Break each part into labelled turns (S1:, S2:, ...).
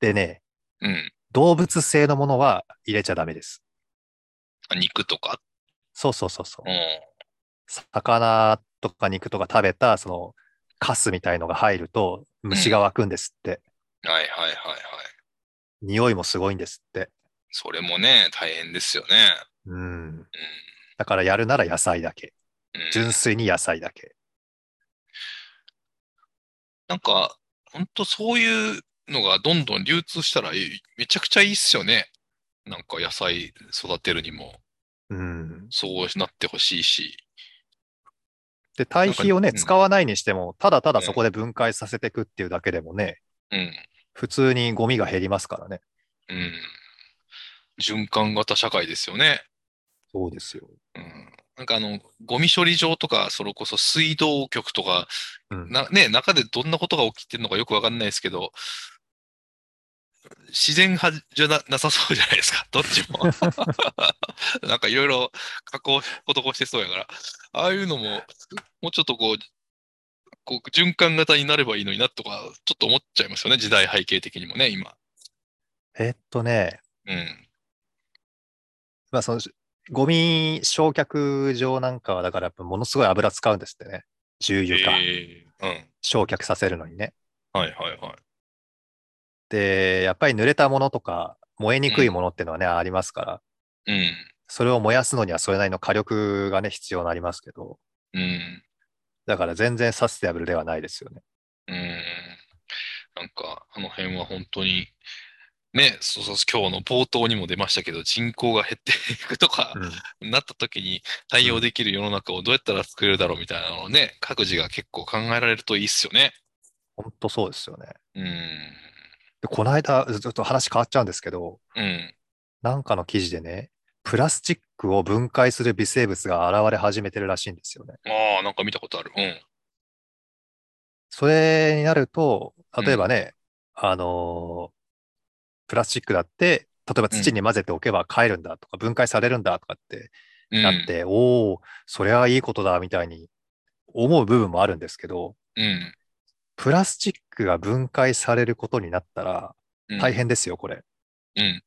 S1: でね、
S2: うん。
S1: 動物性のものは入れちゃダメです。
S2: あ肉とか。
S1: そうそうそうそう
S2: う。ん。
S1: 魚とか肉とか食べた、その、カスみたいのが入ると、虫が湧くんですって。
S2: はいはいはいはい。
S1: 匂いもすごいんですって。
S2: それもね、大変ですよね。
S1: うん。だからやるなら野菜だけ。
S2: うん。うん
S1: 純粋に野菜だけ。
S2: なんか、ほんとそういうのがどんどん流通したらいいめちゃくちゃいいっすよね。なんか野菜育てるにも、
S1: うん。
S2: そうなってほしいし。
S1: で、堆肥をね、
S2: うん
S1: 使わないにしても、ただただそこで分解させていくっていうだけでもね、
S2: うん。
S1: 普通にゴミが減りますからね。
S2: うん。循環型社会ですよね。
S1: そうですよ。
S2: うん。なんかあの、ゴミ処理場とか、それこそ水道局とか、
S1: うん。
S2: な、ね、中でどんなことが起きてるのかよくわかんないですけど、自然派じゃな、なさそうじゃないですか、どっ ちも。なんかいろいろ加工、施してそうやから、ああいうのも、もうちょっとこう、こう循環型になればいいのになとか、ちょっと思っちゃいますよね、時代背景的にもね、今。
S1: えっとね、
S2: うん。
S1: まあその、ゴミ焼却場なんかは、だからやっぱものすごい油使うんですってね。重油か。
S2: えーうん。
S1: 焼却させるのにね。
S2: はいはいはい。
S1: で、やっぱり濡れたものとか、燃えにくいものっていうのはね、ありますから、
S2: うん。
S1: それを燃やすのにはそれなりの火力がね、必要になりますけど、
S2: うん。
S1: だから全然サステナブルではないですよね。
S2: うーん。なんか、あの辺は本当に、ね、そうそう、今日の冒頭にも出ましたけど、人口が減っていくとか、
S1: うん
S2: なった時に対応できる世の中をどうやったら作れるだろうみたいなのをね、各自が結構考えられるといいっすよね。
S1: 本当そうですよね。
S2: うーん。
S1: で、この間、ずっと話変わっちゃうんですけど、
S2: うん。
S1: なんかの記事でね、プラスチックを分解する微生物が現れ始めてるらしいんですよね。
S2: ああ、なんか見たことある。うん。
S1: それになると、
S2: うん
S1: 例えばね、あのープラスチックだって、例えば土に混ぜておけば帰るんだとか、分解されるんだとかって
S2: うん。
S1: なって、おお、それはいいことだみたいに思う部分もあるんですけど、
S2: うん。
S1: プラスチックが分解されることになったら
S2: うん。
S1: 大変ですよ、これ。
S2: うん。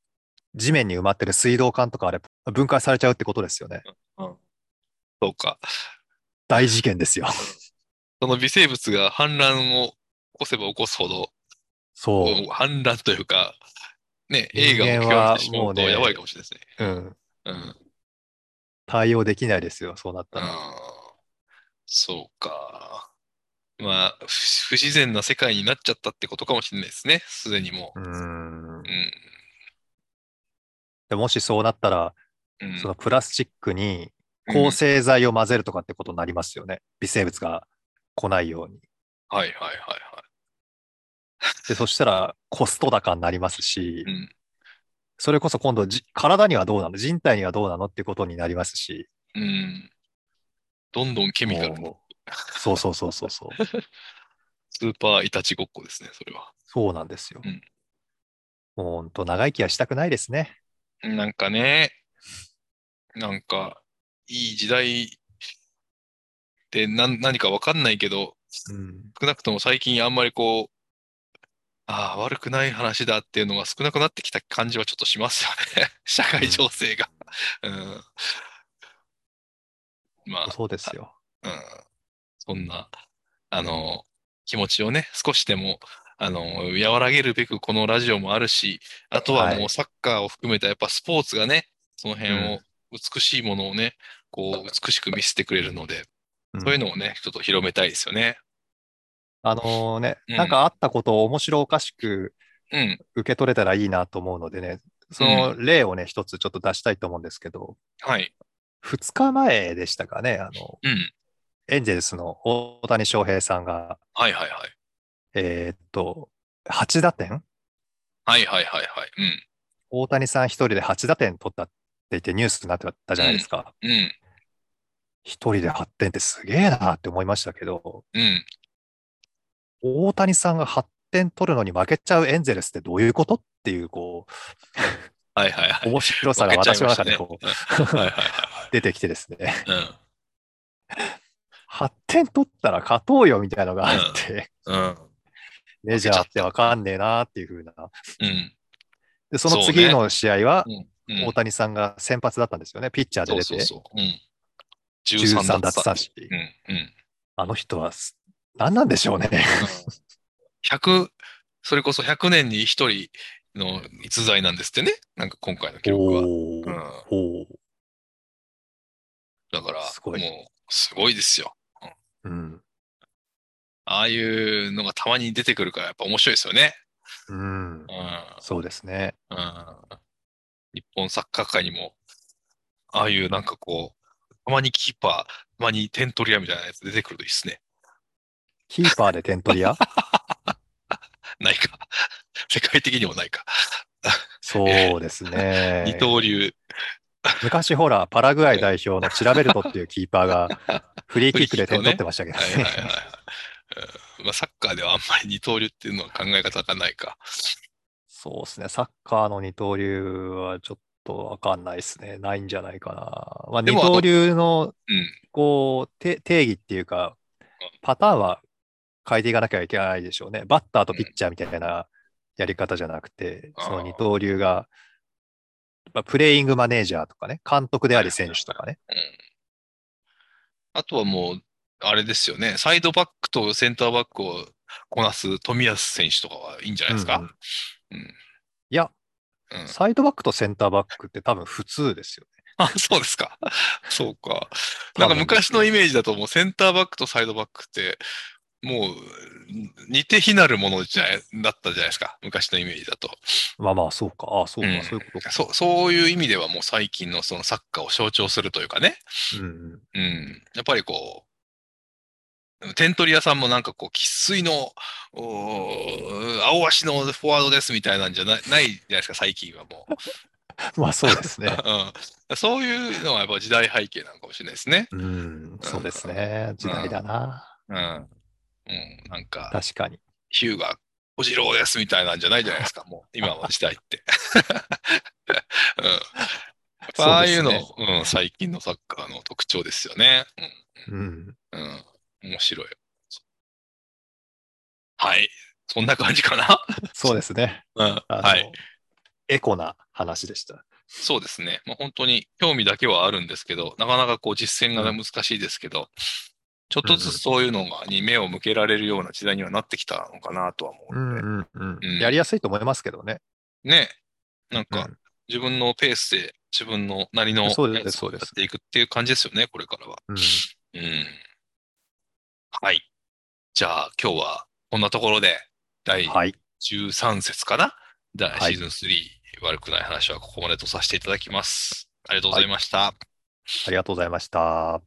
S1: 地面に埋まってる水道管とかあれ、分解されちゃうってことですよね。
S2: そうか。
S1: 大事件ですよ。
S2: その微生物が反乱を起こせば起こすほど、
S1: そう。
S2: こう反乱というか、ね、映
S1: 人間
S2: 画を
S1: は
S2: 極めてしまうと
S1: もうね
S2: やばいかもしれないですね。
S1: うん。
S2: うん。
S1: 対応できないですよ、そうなったら。
S2: ああ、そうか。まあ、不不自然な世界になっちゃったってことかもしれないですね、すでにも
S1: う
S2: う。
S1: ん。
S2: うん。
S1: でもしそうなったら、
S2: うん
S1: そのプラスチックに
S2: うん
S1: 抗生剤を混ぜるとかってことになりますよね。微生物が来ないように。
S2: はいはいはいは
S1: で、そしたらコスト高になりますし
S2: い。う、ん。
S1: それこそ今度じ、体にはどうなの人体にはどうなのっていうことになりますし、
S2: うん。どんどんケミカルの
S1: もうそうそうそうそうそう。
S2: スーパーイタチごっこですね、それは。
S1: そうなんですよ。
S2: うん
S1: もう本当、長生きはしたくないですね。
S2: なんかね、なんか、いい時代で何、何かわかんないけど、
S1: うん。
S2: 少なくとも最近あんまりこう、ああ、悪くない話だっていうのが少なくなってきた感じはちょっとしますよね。 社会情勢が。うん。まあ、
S1: そうですよ。
S2: うん。そんな、あの、気持ちをね、少しでも、あの、和らげるべくこのラジオもあるし、あとは
S1: は
S2: もう
S1: い
S2: サッカーを含めたやっぱスポーツがね、その辺
S1: う
S2: を、美しいものをね、こう、美しく見せてくれるので、
S1: ん
S2: そういうのをね、ちょっと広めたいですよね。
S1: あのね、
S2: うん
S1: なんかあったことを面白おかしく
S2: うん。
S1: 受け取れたらいいなと思うのでね、その例をね、一つちょっと出したいと思うんですけど、
S2: はい。
S1: 2日前でしたかね、あの、
S2: うん。
S1: エンジェルスの大谷翔平さんが、
S2: はいはいはい。
S1: えーっと、8打点
S2: はいはいはいはい。うん。
S1: 大谷さん一人で8打点取ったって言ってニュースになってたじゃないですか。
S2: うん。
S1: 一、人で8点ってすげえなって思いましたけど、
S2: うん。
S1: 大谷さんが8点取るのに負けちゃうエンゼルスってどういうことっていう、こ
S2: はいはいは
S1: う、
S2: い。
S1: 面白さが
S2: 負けちゃ
S1: 私の
S2: いました
S1: 中で
S2: ね
S1: こう、
S2: はいはいは
S1: 出てきてですね。
S2: いはい。
S1: 8点取ったら勝とうよみたいなのがあって、
S2: うん。うん。
S1: メジャーってわかんねえなっていう風な。
S2: うん。
S1: で、その次の試合は、
S2: うん。
S1: 大谷さんが先発だったんですよね。ピッチャーで
S2: そう
S1: 出
S2: そう
S1: て、
S2: そう。うん。
S1: 13
S2: 13奪
S1: 奪
S2: 三
S1: 三振。
S2: 振。うん。うん。
S1: あの人はす、何なんでしょうね。
S2: 100、それこそ100年に1人の逸材なんですってね。なんか今回の記録は。
S1: おーお
S2: うん。
S1: ー
S2: だから、
S1: すごい
S2: もう、すごいですよ。
S1: うん。
S2: ああいうのがたまに出てくるから、やっぱ面白いですよね。
S1: うん
S2: う。ん。
S1: そうですね。
S2: うん日本サッカー界にも、ああいうなんかこう、たまにキーパー、たまに点取り屋みたいなやつ出てくるといいっすね。
S1: キーパーで点取り 屋
S2: ないか。 世界的にもないか。
S1: そうです ね。
S2: 二刀流。
S1: 昔ほら、パラグアイ代表のチラベルトっていうキーパーが、 フリーキックで点取ってましたけど
S2: はいはいは
S1: ね。
S2: いはい。うんまあ、サッカーではあんまり二刀流っていうのは考え方がないか。
S1: そうですね。サッカーの二刀流はちょっとわかんないですね。ないんじゃないかな。まあ、
S2: で
S1: 二
S2: も
S1: 刀流の
S2: うん、
S1: こう、て定義っていうか、パターンは変えていかなきゃいけないでしょうね。バッターとピッチャーみたいなやり方じゃなくて、
S2: あー
S1: その二刀流が、まあ、プレイングマネージャーとかね、監督であり選手とかね。
S2: あとはもう、あれですよね。サイドバックとセンターバックをこなす富安選手とかはいいんじゃないです
S1: うんう
S2: か
S1: ん。
S2: うん
S1: いや、
S2: うん
S1: サイドバックとセンターバックって多分普通ですよね。
S2: あ、そうですか。そうか。なんか昔のイメージだともうセンターバックとサイドバックって、もう似て非なるものじゃない、だったじゃないですか。昔のイメージだと。
S1: まあまあ、そうか。ああ、そうか。
S2: うん
S1: そういうことか。
S2: そう、そういう意味ではもう最近のそのサッカーを象徴するというかね。
S1: うんうん。
S2: うん。やっぱりこう、点取り屋さんもなんかこう、生粋の、おー青足のフォワードですみたいなんじゃない、ないじゃないですか、最近はもう。
S1: まあそうですね。
S2: うん、そういうのはやっぱ時代背景なのかもしれないですね。
S1: うん、そうですね。時代だな。
S2: うん。うん、なんか、
S1: 確かに。
S2: ヒューが小次郎ですみたいなんじゃないじゃないですか、もう、今の時代って。 うん。やっぱああいうの、
S1: そうです
S2: うん、最近のサッカーの特徴ですよね。
S1: うん。
S2: うん。うん、面白い。はい。そんな感じかな。
S1: そうですね。
S2: うん。
S1: あの
S2: はい。
S1: エコな話でした。
S2: そうですね。まあ、本当に興味だけはあるんですけど、なかなかこう実践が難しいですけど、ちょっとずつそういうのがに目を向けられるような時代にはなってきたのかなとは思
S1: う
S2: うの
S1: ん
S2: で、
S1: うんうん
S2: うん
S1: やりやすいと思いますけどね。
S2: ね、なんか
S1: うん
S2: 自分のペースで自分のなりのやつ
S1: そ
S2: を
S1: う
S2: や
S1: で
S2: っ
S1: すそうです
S2: ていくっていう感じですよね、これからは。
S1: うん
S2: うん。はい。じゃあ今日はこんなところで第
S1: はい。
S2: 13節かな、第
S1: はい
S2: シーズン3、悪くない話はここまでとさせていただきます。ありがとうございました。
S1: ありがとうございました。